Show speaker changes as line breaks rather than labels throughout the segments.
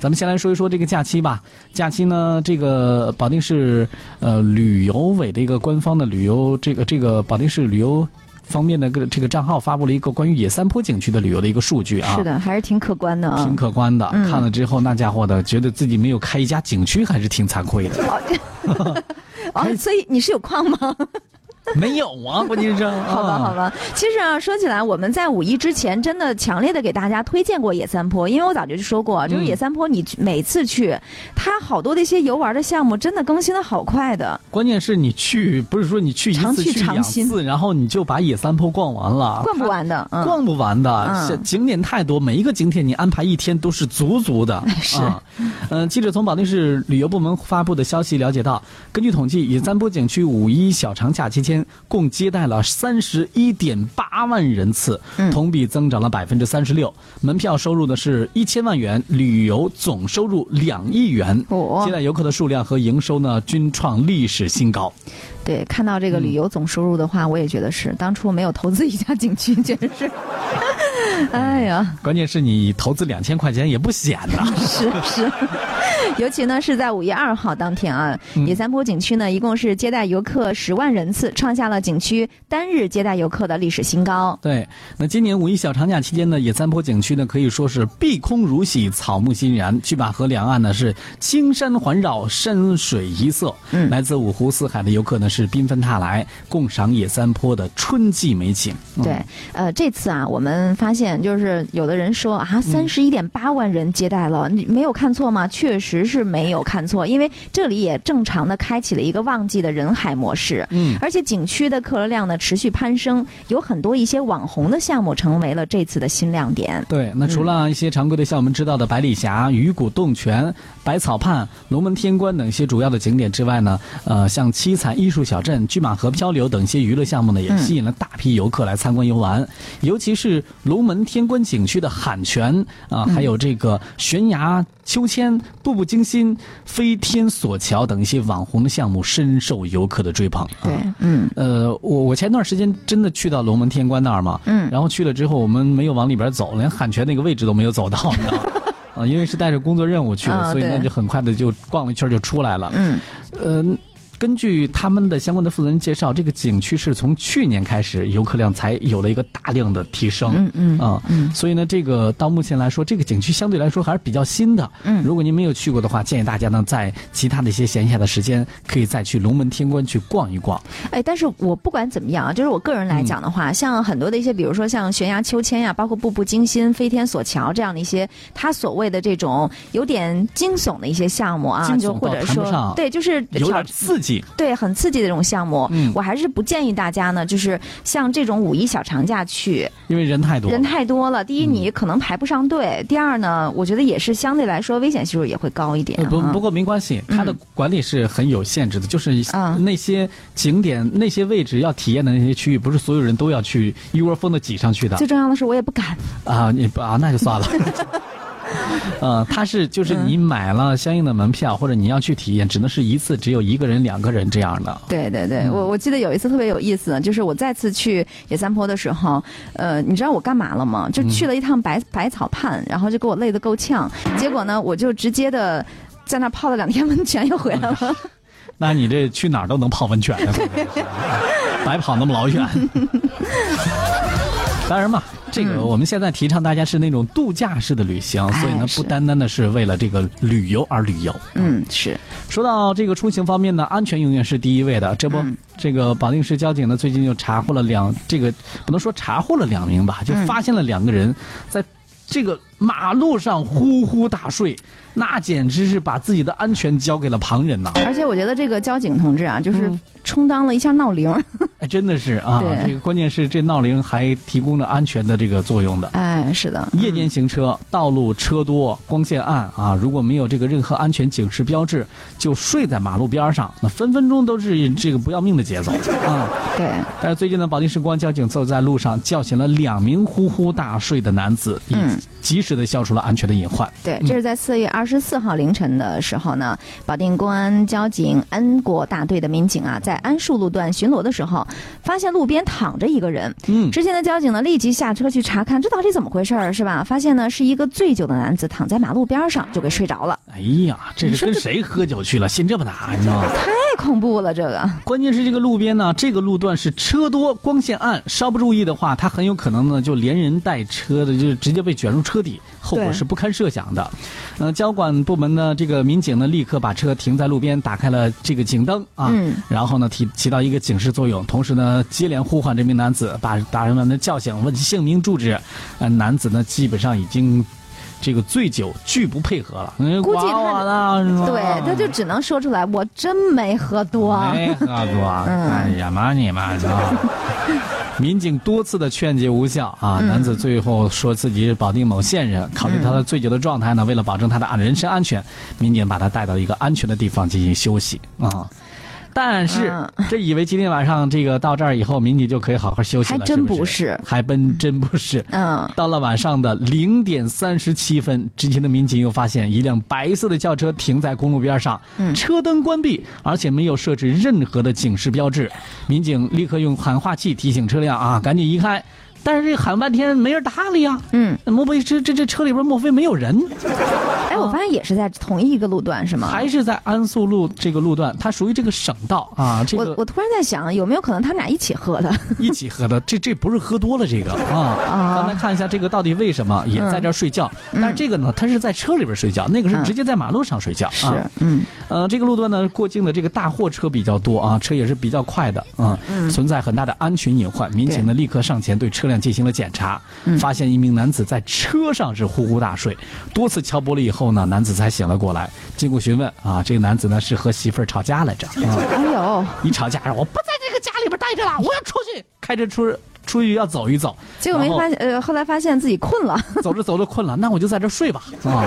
咱们先来说一说这个假期吧。假期呢，这个保定市呃旅游委的一个官方的旅游这个这个保定市旅游方面的个这个账号发布了一个关于野三坡景区的旅游的一个数据啊。
是的，还是挺可观的啊
挺。可观的，
嗯
看了之后那家伙的，觉得自己没有开一家景区还是挺惭愧 的。
哦，所以你是有矿吗？
没有啊，关键是啊。
好吧，好吧。其实啊，说起来，我们在五一之前真的强烈的给大家推荐过野三坡，因为我早就说过，就是
嗯
野三坡，你每次去，它好多的一些游玩的项目真的更新的好快的。
关键是你去，不是说你去一
常
次
去
去
常
两
新
次，然后你就把野三坡逛完了，
逛不完的
它
嗯
逛不完的
嗯，
是景点太多，每一个景点你安排一天都是足足的。
是
啊，嗯，记者从保定市旅游部门发布的消息了解到，根据统计，野三坡景区五一小长假期间共接待了三十一点八万人次，
嗯
同比增长了百分之三十六，门票收入的是一千万元，旅游总收入两亿元
哦，
接待游客的数量和营收呢均创历史新高。
对，看到这个
嗯
旅游总收入的话，我也觉得是，当初没有投资一家景区， 真 是，哎呀。
关键是你投资两千块钱也不显啊呐。
是是，尤其呢是在五月二号当天啊，
嗯
野三坡景区呢一共是接待游客十万人次，创下了景区单日接待游客的历史新高。
对，那今年五一小长假期间呢，野三坡景区呢可以说是碧空如洗，草木欣然，去坝河两岸呢是青山环绕，山水一色。
嗯
来自五湖四海的游客呢是缤纷踏来，共赏野三坡的春季美景。嗯
对，呃，这次啊，我们发现就是有的人说啊，
嗯
三十一点八万人接待了，你没有看错吗？确实是没有看错，因为这里也正常的开启了一个旺季的人海模式。
嗯
而且景区的客流量呢持续攀升，有很多一些网红的项目成为了这次的新亮点。
对，那除了一些常规的，像我们知道的百里峡、鱼骨洞泉、百草畔、龙门天关等一些主要的景点之外呢，呃，像七彩艺术小镇、拒马河漂流等一些娱乐项目呢，也吸引了大批游客来参观游玩。尤其是龙门天关景区的喊泉啊、还有这个悬崖秋千、步步惊心、飞天索桥等一些网红的项目，深受游客的追捧。
对，嗯。
呃，我我前段时间真的去到龙门天关那儿嘛，
嗯
然后去了之后，我们没有往里边走，连喊泉那个位置都没有走到，你知道 吗？啊，因为是带着工作任务去
啊
的，所以
对
那就很快的就逛了一圈就出来了。
嗯
嗯、根据他们的相关的负责人介绍，这个景区是从去年开始游客量才有了一个大量的提升。
嗯嗯
啊，
嗯
所以呢，这个到目前来说，这个景区相对来说还是比较新的。
嗯
如果您没有去过的话，建议大家呢，在其他的一些闲暇的时间，可以再去龙门天关去逛一逛。
哎，但是我不管怎么样啊，就是我个
嗯
人来讲的话，像很多的一些，比如说像悬崖秋千呀、包括步步惊心、飞天索桥这样的一些，它所谓的这种有点惊悚的一些项目啊，
惊悚
就或者
倒谈不
说
上
对，就是
有
挑
点刺激。
对很刺激的这种项目，
嗯
我还是不建议大家呢，就是像这种五一小长假去，
因为人太多了，
人太多了。第一，
嗯
你可能排不上队；第二呢，我觉得也是相对来说危险系数也会高一点
呃
啊。
不不过没关系，它的管理是很有限制的，就是
嗯
那些景点、那些位置要体验的那些区域，不是所有人都要去一窝蜂的挤上去的
最重要的是，我也不敢。
啊！你不啊，那就 算了。呃，它是就是
嗯
你买了相应的门票，或者你要去体验，只能是一次只有一个人、两个人这样的。
对对对，我我记得有一次特别有意思，就是我再次去野三坡的时候，呃，你知道我干嘛了吗？就去了一趟百、百草畔，然后就给我累得够呛，结果呢，我就直接的。在那儿泡了两天温泉又回来了，
那你这去哪儿都能泡温泉的，白跑那么老远。当然嘛，这个我们现在提倡大家是那种度假式的旅行，
嗯哎
所以呢，
是
不单单的是为了这个旅游而旅游。
嗯，是，
说到这个出行方面呢，安全永远是第一位的。这不，
嗯
这个保定市交警呢，最近就查获了两，这个不能说查获了两名吧，
嗯
就发现了两个人在这个马路上呼呼大睡，那简直是把自己的安全交给了旁人呐、
而且我觉得这个交警同志啊，就是充当了一下闹铃儿，
哎，真的是啊
对，
这个关键是这闹铃还提供了安全的这个作用的。
哎，是的，
夜间行车，道路车多，光线暗啊，如果没有这个任何安全警示标志，就睡在马路边儿上，那分分钟都是这个不要命的节奏啊。
对，
但是最近呢，保定市公安交警就在路上叫醒了两名呼呼大睡的男子，以
嗯
及时的消除了安全的隐患。
对，这是在四月二十四号凌晨的时候呢，保定公安交警安国大队的民警啊，在安树路段巡逻的时候，发现路边躺着一个人。
嗯，
之前的交警呢，立即下车去查看，这到底怎么回事儿，是吧？发现呢，是一个醉酒的男子躺在马路边上就给睡着了，
哎呀，这是跟谁喝酒去了？心这么大，你知道吗？
太恐怖了，这个。
关键是这个路边呢，这个路段是车多，光线暗，稍不注意的话，他很有可能呢就连人带车的，就是直接被卷入车底，后果
对
是不堪设想的。呃，交管部门呢，这个民警呢立刻把车停在路边，打开了这个警灯啊，
嗯
然后呢起起到一个警示作用，同时呢接连呼唤这名男子，把打人们的叫醒，问其姓名住址。呃，男子呢基本上已经。这个醉酒拒不配合了，嗯
估计
管
他
我了是吧
对，他就只能说出来，我真没喝多。
没喝多，
嗯
哎呀妈你妈的！ 民警多次的劝解无效啊，
嗯
男子最后说自己是保定某县人，考虑他的醉酒的状态呢，为了保证他的人身安全，民警把他带到一个安全的地方进行休息啊。但是
嗯，
这以为今天晚上这个到这儿以后，民警就可以好好休息了，
还真
是不
不是
还真真不是。
嗯，
到了晚上的零点三十七分，之前的民警又发现一辆白色的轿车停在公路边上，
嗯
车灯关闭，而且没有设置任何的警示标志。民警立刻用喊话器提醒车辆啊，赶紧移开。但是这喊半天没人搭理呀，
嗯，
莫非这这这车里边莫非没有人？
哎，我发现也是在同一个路段，是吗？
还是在安肃路这个路段，它属于这个省道啊，这
我
个
我突然在想，有没有可能他们俩一起喝的？
一起喝的，这这不是喝多了这个啊
啊？
刚才看一下这个到底为什么也在这儿睡觉，但是这个呢，他是在车里边睡觉，那个是
嗯
直接在马路上睡觉
是
啊。，
嗯，
呃，这个路段呢，过境的这个大货车比较多啊，车也是比较快的啊，
嗯
存在很大的安全隐患。民警呢立刻上前对车辆进行了检查，
嗯
发现一名男子在车上是呼呼大睡，多次敲玻璃以后呢，男子才醒了过来。经过询问啊，这个男子呢是和媳妇儿吵架来着啊。
哎呦，
一吵架，我不在这个家里边待着了，我要出去，开着出出去要走一走，
结果没发现，呃，后来发现自己困了。
然后走着走着困了，那我就在这儿 睡吧啊！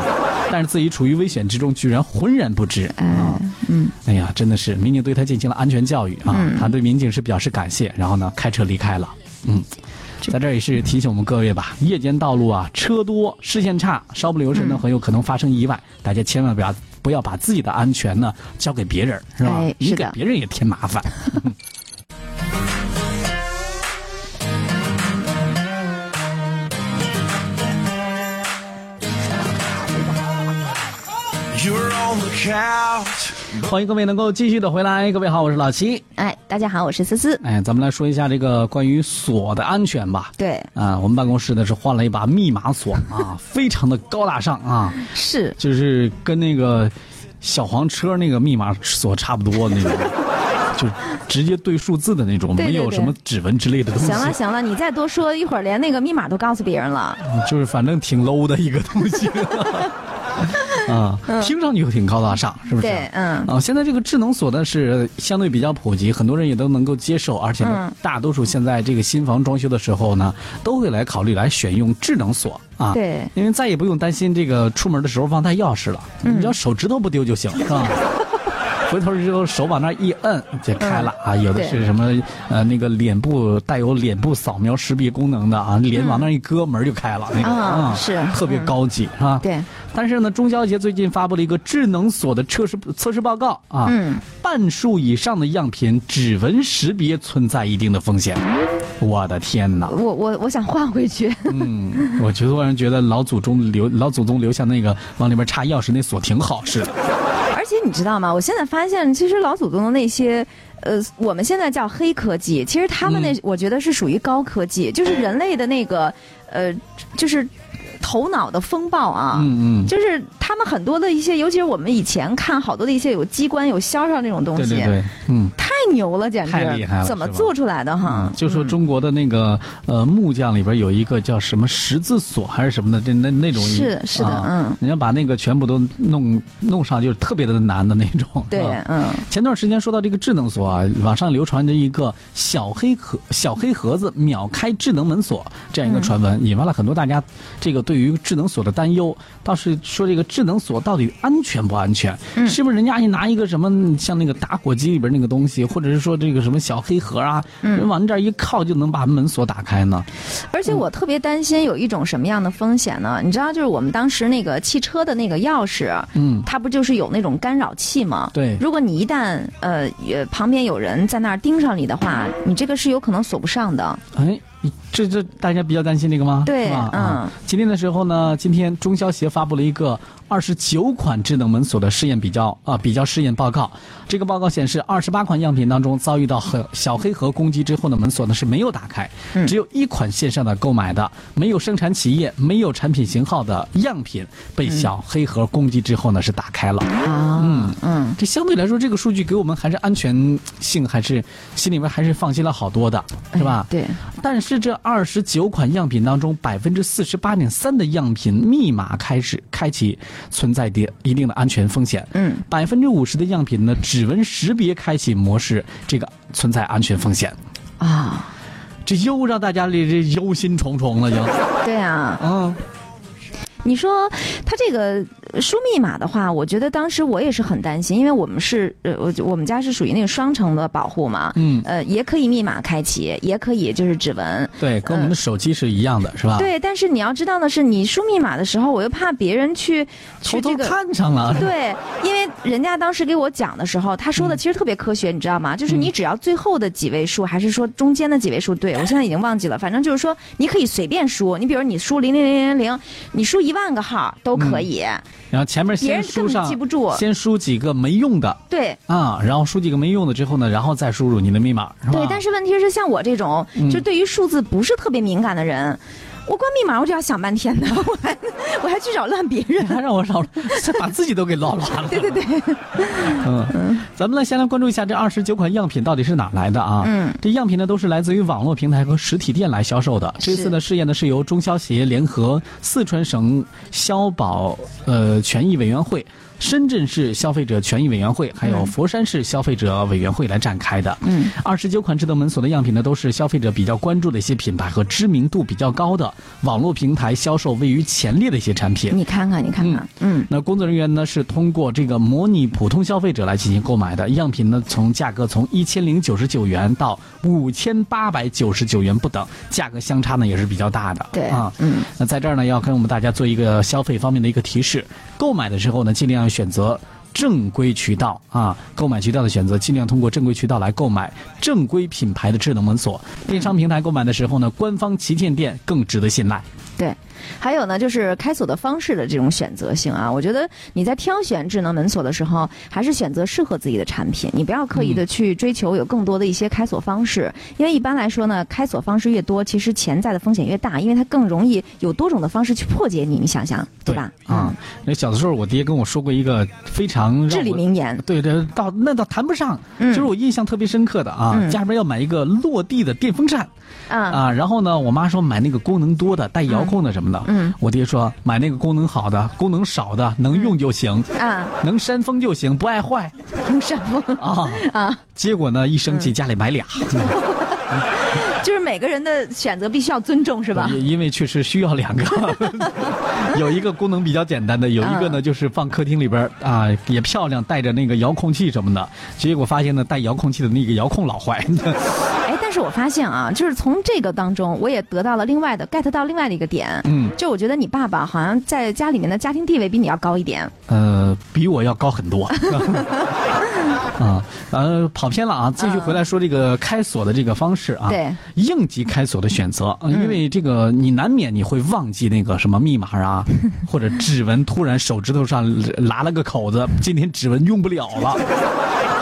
但是自己处于危险之中，居然浑然不知啊！嗯，哎呀，真的是民警对他进行了安全教育啊，
嗯
他对民警是表示感谢，然后呢开车离开了。嗯，在这儿也是提醒我们各位吧，夜间道路啊车多，视线差，稍不留
嗯
神呢很有可能发生意外，大家千万不要不要把自己的安全呢交给别人，是吧？
哎
你
是
给
的
别人也添麻烦。
You're on the couch.
欢迎各位能够继续的回来，各位好，我是老齐。
哎，大家好，我是思思。
哎，咱们来说一下这个关于锁的安全吧。
对，
啊，我们办公室呢是换了一把密码锁啊，非常的高大上啊，
是
就是跟那个小黄车那个密码锁差不多那种，就直接对数字的那种，
对对
没有什么指纹之类的东西，
行了行了，你再多说一会儿，连那个密码都告诉别人了。
就是反正挺 low 的一个东西。啊，听上去挺高大上，是不是？
嗯对嗯
啊，现在这个智能锁呢是相对比较普及，很多人也都能够接受，而且呢，
嗯
大多数现在这个新房装修的时候呢，都会来考虑来选用智能锁啊。
对
因为再也不用担心这个出门的时候忘带钥匙了，
嗯
你只要手指头不丢就行，是吧？回头之后手往那儿一摁就开了、啊，有的
嗯对
是什么呃那个脸部带有脸部扫描识别功能的啊，脸往那儿一搁门就开了，那个
嗯啊是嗯
特别高级、是吧？
对。
但是呢，中消协最近发布了一个智能锁的测试测试报告啊，
嗯
半数以上的样品指纹识别存在一定的风险。我的天 哪！
我我我想换回去。
嗯，我觉得突然觉得老祖宗留老祖宗留下那个往里边插钥匙那锁挺好似的。
而且你知道吗？我现在发现，其实老祖宗的那些，呃，我们现在叫黑科技，其实他们
嗯
那，我觉得是属于高科技，就是人类的那个，呃，就是头脑的风暴啊。
嗯嗯，
就是他们很多的一些，尤其是我们以前看好多的一些有机关、有销售那种东
对
西，
对对，嗯。
太牛了，简直
太厉害了
怎么
是吧嗯
做出来的哈？
就说中国的那个呃木匠里边有一个叫什么十字锁还是什么的，这那那种
是是的
啊
嗯
你要把那个全部都弄弄上，就是特别的难的那种。
对
是吧，
嗯，
前段时间说到这个智能锁啊，网上流传着一个小黑盒小黑盒子秒开智能门锁这样一个传闻，引发了很多大家这这个对于智能锁的担忧，倒是说这个智能锁到底安全不安全？是不是人家一拿一个什么像那个打火机里边那个东西，或者是说这个什么小黑盒啊，人往这儿一靠就能把门锁打开呢？
而且我
嗯
特别担心有一种什么样的风险呢？你知道，就是我们当时那个汽车的那个钥匙，
嗯，
它不就是有那种干扰器吗？
对
如果你一旦呃也旁边有人在那儿盯上你的话，你这个是有可能锁不上的。
哎，这这大家比较担心这个吗？
对
是吧？啊
嗯
今天的时候呢，今天中消协发布了一个二十九款智能门锁的试验比较啊、比较试验报告。这个报告显示，二十八款样品当中遭遇到和小黑盒攻击之后的门锁呢是没有打开，
嗯
只有一款线上的购买的没有生产企业、没有产品型号的样品被小黑盒攻击之后呢是打开了。
啊，嗯嗯，
这相对来说，这个数据给我们还是安全性还是心里面还是放心了好多的，是吧？
哎对，
但是这二十九款样品当中，百分之四十八点三的样品密码开始开启存在的一定的安全风险。
嗯，
百分之五十的样品呢，指纹识别开启模式这个存在安全风险，
啊，
这又让大家这这忧心忡忡了 就。
对啊，
啊，
你说他这个呃输密码的话，我觉得当时我也是很担心，因为我们是呃，我我们家是属于那个双层的保护嘛，
嗯
呃，也可以密码开启，也可以就是指纹。
对，跟我们的手机是一样的，是吧？，
嗯对，但是你要知道的是，你输密码的时候，我又怕别人去
偷
去
偷
这个。
看上了。
对，因为人家当时给我讲的时候，他说的其实特别科学，你知道吗？就是你只要最后的几位数，还是说中间的几位数对，我现在已经忘记了，反正就是说你可以随便输，你比如你输零零零零零，你输一万个号都可以。
然后前面
别
先
人根
输
本
上，
记不住
先输几个没用的
对
啊，然后输几个没用的之后呢，然后再输入你的密码，是吧？
对，但是问题是像我这种，就对于数字不是特别敏感的人，我关密码我就要想半天呢，我还 我还去扰乱别人。
还让我 扰，把自己都给扰乱了。对对对， 嗯，咱们呢先来关注一下这二十九款样品到底是哪来的啊？嗯，这样品呢都是来自于网络平台和实体店来销售的。这次的试验呢是由中消协联合四川省消保呃权益委员会。深圳市消费者权益委员会还有佛山市消费者委员会来展开的。嗯，二十九款智能门锁的样品呢，都是消费者比较关注的一些品牌和知名度比较高的网络平台销售位于前列的一些产品。
你看看，你看看，嗯
那工作人员呢是通过这个模拟普通消费者来进行购买的，样品呢从价格从一千零九十九元到五千八百九十九元不等，价格相差呢也是比较大的。
对
啊，
嗯，
那在这儿呢要跟我们大家做一个消费方面的一个提示，购买的时候呢尽量选择。正规渠道啊，购买渠道的选择尽量通过正规渠道来购买正规品牌的智能门锁。电商平台购买的时候呢，官方旗舰店更值得信赖。
对。还有呢，就是开锁的方式的这种选择性啊，我觉得你在挑选智能门锁的时候，还是选择适合自己的产品，你不要刻意的去追求有更多的一些开锁方式，因为一般来说呢，开锁方式越多，其实潜在的风险越大，因为它更容易有多种的方式去破解你，你想想，对吧？嗯
啊，那小的时候我爹跟我说过一个非常让我
至理名言，嗯
对对，到那倒谈不上，就是我印象特别深刻的啊，家里边要买一个落地的电风扇
嗯
啊，然后呢，我妈说买那个功能多的，带遥控的什么的，
嗯
我爹说买那个功能好的，功能少的能用就行，
啊，
能扇风就行，不爱坏
能扇风
啊。
啊，
结果呢，一生气家里买俩，
就是每个人的选择必须要尊重，是吧？
也因为确实需要两个， 有一个功能比较简单的，有一个呢、
嗯
就是放客厅里边儿啊，也漂亮，带着那个遥控器什么的。结果发现呢，带遥控器的那个遥控老坏，
哎，但是我发现啊，就是从这个当中，我也得到了另外的 get 到另外的一个点，
嗯，
就我觉得你爸爸好像在家里面的家庭地位比你要高一点，
呃，比我要高很多。 啊，呃，跑偏了啊！继续回来说这个开锁的这个方式啊，
嗯对，嗯
应急开锁的选择，呃因为这个你难免你会忘记那个什么密码 啊，或者指纹突然手指头上拉了个口子，今天指纹用不了了，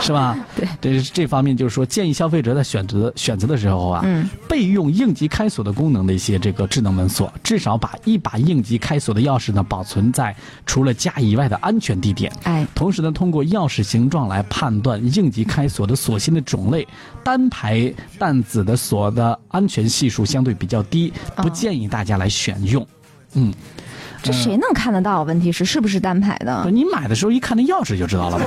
是吧？对，这这方面就是说，建议消费者在选择选择的时候啊，
嗯
备用应急开锁的功能的一些这个智能门锁，至少把一把应急开锁的钥匙呢保存在除了家以外的安全地点。
哎，
同时呢，通过钥匙形状来判断应急开锁的锁芯的种类，单排弹子的锁的安全系数相对比较低，不建议大家来选用。嗯，
这谁能看得到？问题是是不是单排的？
你买的时候一看那 钥匙就知道了嘛，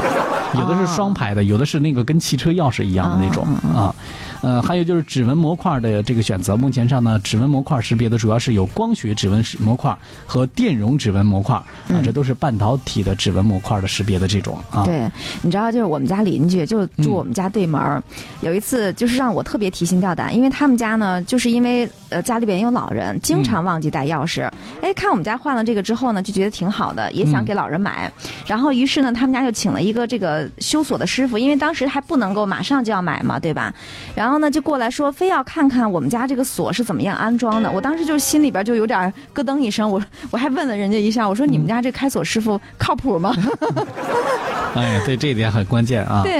有的是双排的，有的是那个跟汽车钥匙一样的那种啊。呃，还有就是指纹模块的这个选择，目前上呢，指纹模块识别的主要是有光学指纹识模块和电容指纹模块啊，这都是半导体的指纹模块的识别的这种啊。嗯
对，你知道，就是我们家邻居，就是住我们家对门儿、有一次就是让我特别提心吊胆，因为他们家呢，就是因为呃家里边有老人，经
嗯
常忘记带钥匙。哎、看我们家换了这个之后呢，就觉得挺好的，也
嗯
想给老人买。然后于是呢，他们家就请了一个这个修锁的师傅，因为当时还不能够马上就要买嘛，对吧？然后呢，就过来说非要看看我们家这个锁是怎么样安装的。我当时就心里边就有点儿咯噔一声，我我还问了人家一下，我说你
嗯
们家这开锁师傅靠谱吗？
哎，对，这一点很关键啊。
对。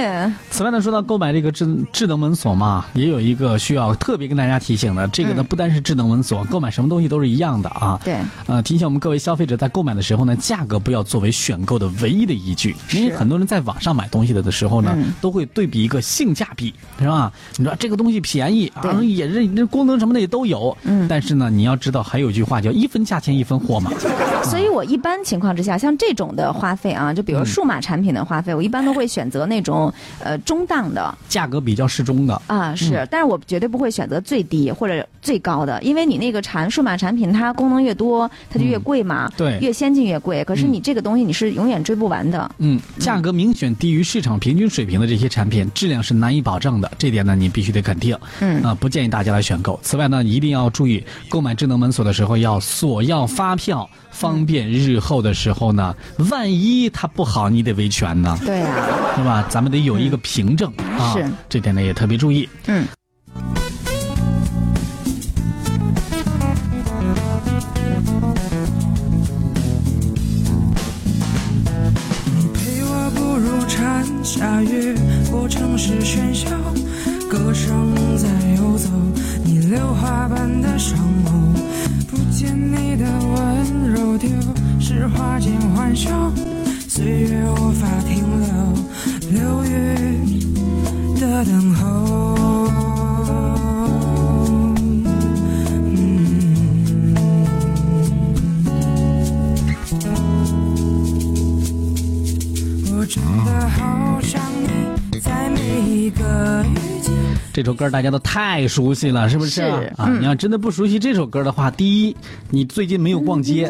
此外呢，说到购买这个智智能门锁嘛，也有一个需要特别跟大家提醒的，这个呢不单是智能门锁，购买什么东西都是一样的啊。
对，
呃，提醒我们各位消费者在购买的时候呢，价格不要作为选购的唯一的依据，因为很多人在网上买东西的的时候呢，
嗯
都会对比一个性价比，是吧？你说这个东西便宜啊，
对
也是这功能什么的也都有，嗯，但是呢，你要知道还有一句话叫一分价钱一分货嘛，
所以我一般情况之下，像这种的花费啊，就比如数码产品的花费，我一般都会选择那种呃中档的
价格比较适中的，
啊，是，但是我绝对不会选择最低或者最高的，因为你那个产数码产品它功能越多，它就越贵嘛，
对
越先进越贵。可是你这个东西你是永远追不完的，
嗯，价格明显低于市场平均水平的这些产品，质量是难以保证的，这点呢你必须得肯定。
嗯
啊、不建议大家来选购。此外呢，一定要注意购买智能门锁的时候要索要发票，方便日后的时候呢，万一它不好，你得维权呢，
对啊，
是吧？咱们得有一个凭证、啊。
嗯是
这点呢也特别注意。
嗯。
陪我步入蝉夏月过城市喧嚣，歌声在游走，你榴花般的双眸，不见你的温柔丢失花间欢笑，岁月无法停留，六月的等候。嗯我真的好想你，在每一个雨季。
这首歌大家都太熟悉了，是不是啊？
是嗯
啊你要真的不熟悉这首歌的话，第一，你最近没有逛 街；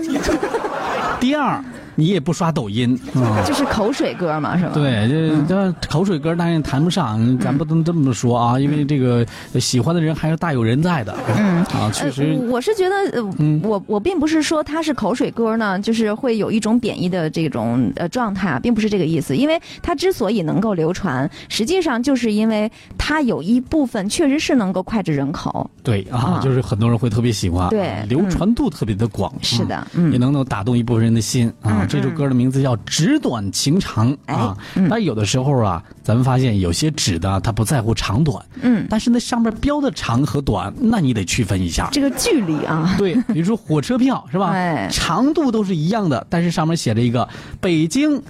第二，你也不刷抖音啊。
就是口水歌嘛，是吧？。
对，这这口水歌当然谈不上，咱不能这么说啊，因为这个喜欢的人还是大有人在的。嗯啊，确实
呃，，我是觉得，呃我我并不是说它是口水歌呢，就是会有一种贬义的这种呃状态啊，并不是这个意思。因为它之所以能够流传，实际上就是因为它有一部分确实是能够脍炙人口。
对啊
啊，
就是很多人会特别喜欢，
对嗯
流传度特别的广，
是的嗯
也能够打动一部分人的心啊。这首歌的名字叫《纸短情长》
哎
啊，
嗯
但有的时候啊，咱们发现有些纸的它不在乎长短，
嗯，
但是那上面标的长和短，那你得区分一下。
这个距离啊，
对，比如说火车票是吧？
哎
长度都是一样的，但是上面写着一个北京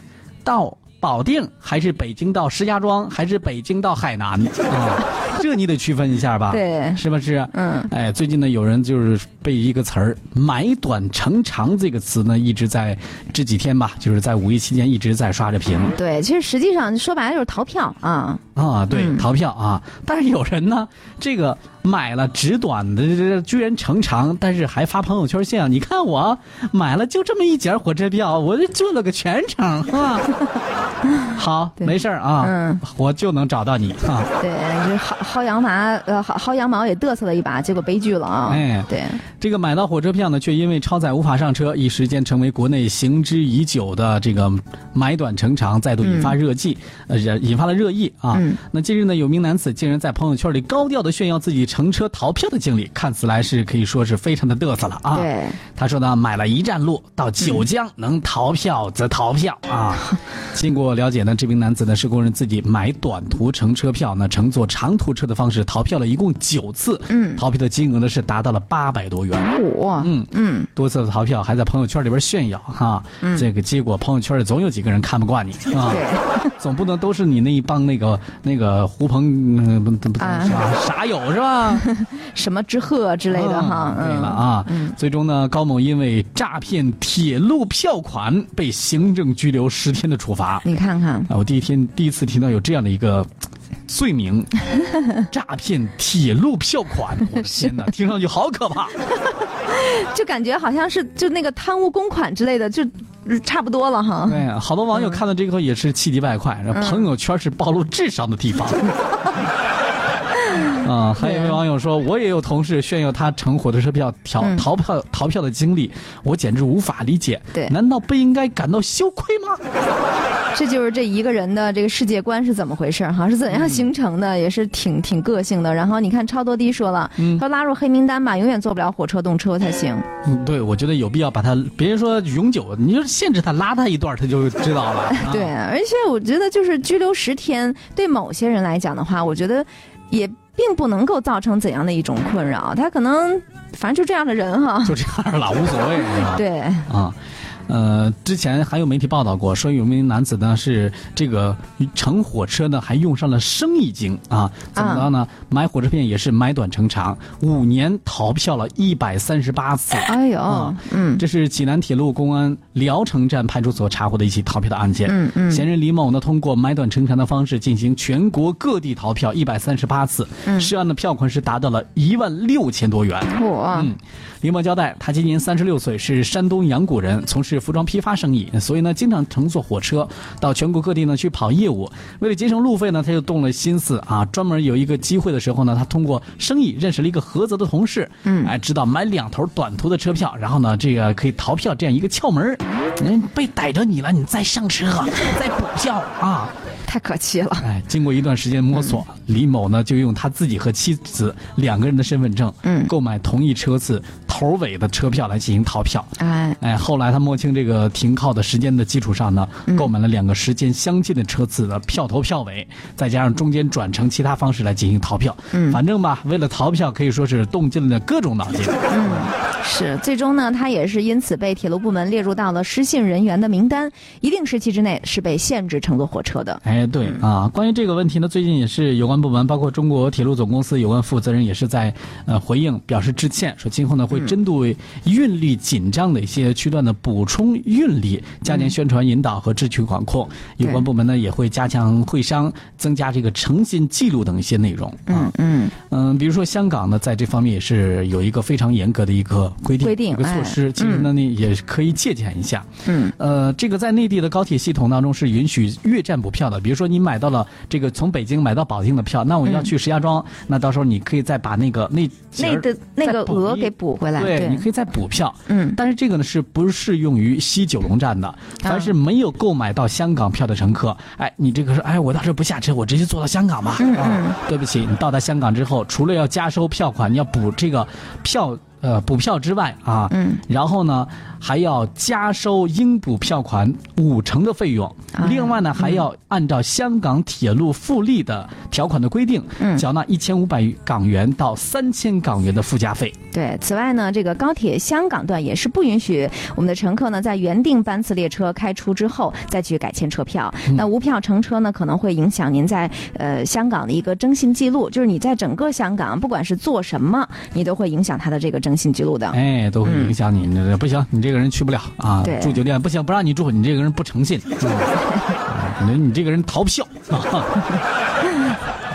到保定，还是北京到石家庄，还是北京到海 南啊？这你得区分一下吧？
对
是不是？
嗯，
哎，最近呢，有人就是被一个词儿“买短成长”这个词呢，一直在这几天吧，就是在五一期间一直在刷着屏
对，其实实际上说白了就是逃票啊，
啊，对，逃票啊。但是有人呢，这个买了纸短的，这这居然成长，但是还发朋友圈炫耀，你看我买了就这么一节火车票，我就赚了个全场啊。好，
对
没事儿啊，
嗯
我就能找到你啊。
对，这薅薅羊毛，呃，薅薅羊毛也嘚瑟了一把，结果悲剧了啊，
哎
对，
这个买到火车票呢，却因为超载无法上车，一时间成为国内行之已久的这个买短成长，再度引发热议，呃，引引发了热议啊。
嗯
那近日呢，有名男子竟然在朋友圈里高调的炫耀自己乘车逃票的经历，看起来是可以说是非常的嘚瑟了啊。
对，
他说呢，买了一站路到九江，能逃票则逃票啊。
嗯
经过了解呢，这名男子呢是供认自己买短途乘车票呢，乘坐长途车的方式逃票了一共九次，嗯，逃票的金额呢是达到了八百多元。
五，嗯嗯，
多次的逃票，还在朋友圈里边炫耀哈、这个结果朋友圈里总有几个人看不惯你啊，
对
总不能都是你那一帮那个那个狐朋嗯不不不
啊
啥 啥友是吧？
什么之鹤之类的哈
啊，对
嗯
了啊，最终呢，高某因为诈骗铁路票款被行政拘留十天的处罚。
你看看，
啊，我第一天第一次听到有这样的一个罪 名：诈骗铁路票款。我的天 哪，听上去好可怕！
就感觉好像是就那个贪污公款之类的，就差不多了哈。
对，啊好多网友看到这个后也是气急败坏，然后
嗯
朋友圈是暴露智商的地 方。啊、还有一位网友说，我也有同事炫耀他乘火车票逃
嗯
逃票逃票的经历，我简直无法理解。
对
难道不应该感到羞愧吗？
这就是这一个人的这个世界观是怎么回事儿哈？是怎样形成的？也是挺挺个性的。然后你看，超多低说了，他说拉入黑名单吧，永远坐不了火车动车才行。
嗯，对，我觉得有必要把他，别人说永久，你就限制他拉他一段，他就知 道了。啊
对，而且我觉得就是拘留十天，对某些人来讲的话，我觉得也并不能够造成怎样的一种困扰。他可能反正就这样的人哈。
就这样了，无所谓。是吧
对，
啊，呃，之前还有媒体报道过，说有名男子呢是这个乘火车呢还用上了生意经啊，怎么着呢？买火车票也是买短乘长，五年逃票了一百三十八次。
哎呦，
啊
嗯
这是济南铁路公安聊城站派出所查获的一起逃票的案件。
嗯嗯
嫌人李某呢，通过买短乘长的方式进行全国各地逃票一百三十八次，
嗯
涉案的票款是达到了一万六千多
啊
元。
我
嗯，李某交代，他今年三十六岁，是山东阳谷人，从事服装批发生意，所以呢，经常乘坐火车到全国各地呢去跑业务。为了节省路费呢，他就动了心思啊，专门有一个机会的时候呢，他通过生意认识了一个菏泽的同事，嗯，哎，知道买两头短途的车票，然后呢，这个可以逃票这样一个窍门儿。嗯，被逮着你了，你再上车，再补票啊。
太可气了。
哎，经过一段时间摸索，李某呢就用他自己和妻子两个人的身份证，
嗯
购买同一车次头尾的车票来进行逃票。
哎，
哎，后来他摸清这个停靠的时间的基础上呢，购买了两个时间相近的车次的票头票尾，再加上中间转乘其他方式来进行逃票。嗯，反正吧，为了逃票可以说是动尽了各种脑筋。
是，最终呢，他也是因此被铁路部门列入到了失信人员的名单，一定时期之内是被限制乘坐火车的。嗯
哎，对啊，关于这个问题呢，最近也是有关部门，包括中国铁路总公司有关负责人也是在呃回应，表示致歉，说今后呢会
嗯
针对运力紧张的一些区段的补充运力，
嗯
加强宣传引导和秩序管控。有关部门呢也会加强会商，增加这个诚信记录等一些内容。啊，
嗯，
嗯，比如说香港呢，在这方面也是有一个非常严格的一个规定，
规定
一个
哎
措施。其实呢，你也可以借鉴一下。
嗯，
呃，这个在内地的高铁系统当中是允许越站补票的。比如说，你买到了这个从北京买到保定的票，那我
嗯
要去石家庄，那到时候你可以再把那个那节
那
儿
的那个
再补
额
一
给补回来。
对，你
对，
可以再补票。
嗯
但是这个呢是不适用于西九龙站的？凡是没有购买到香港票的乘客，哎，你这个说，哎，我到时候不下车，我直接坐到香港吧。
嗯
啊，对不起，你到达香港之后，除了要加收票款，你要补这个票。呃，补票之外啊，
嗯，
然后呢，还要加收应补票款五成的费用，
啊
另外呢，还要按照香港铁路复利的条款的规定，嗯，缴纳一千五百港元到三千港元的附加费。
对。此外呢，这个高铁香港段也是不允许我们的乘客呢在原定班次列车开出之后再去改签车票。
嗯
那无票乘车呢，可能会影响您在呃香港的一个征信记录，就是你在整个香港，不管是做什么，你都会影响它的这个征信记录的。
哎，都会影响你。你这不行，你这个人去不了啊
对，
住酒店不行，不让你住，你这个人不诚信，你你这个人逃票 啊。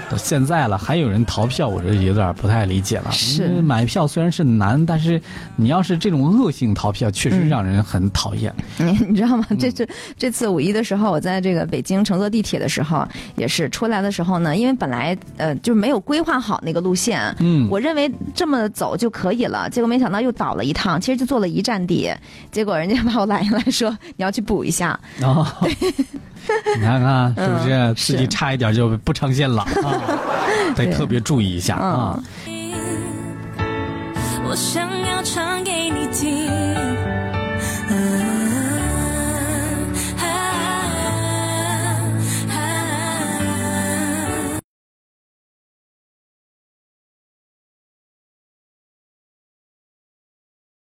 到现在了，还有人逃票，我这有点不太理解了。
是
嗯买票虽然是难，但是你要是这种恶性逃票，确实让人很讨厌。
你你知道吗？这次这次五一的时候，我在这个北京乘坐地铁的时候，也是出来的时候呢，因为本来呃就没有规划好那个路线，
嗯
我认为这么走就可以了，结果没想到又倒了一趟，其实就坐了一站地，结果人家 把我拦下来说你要去补一下，
然 后哦你看看是不是
嗯
自己
是
差一点就不诚信了 啊？得
对嗯
特别注意一下啊。
我想要唱给你听。啊啊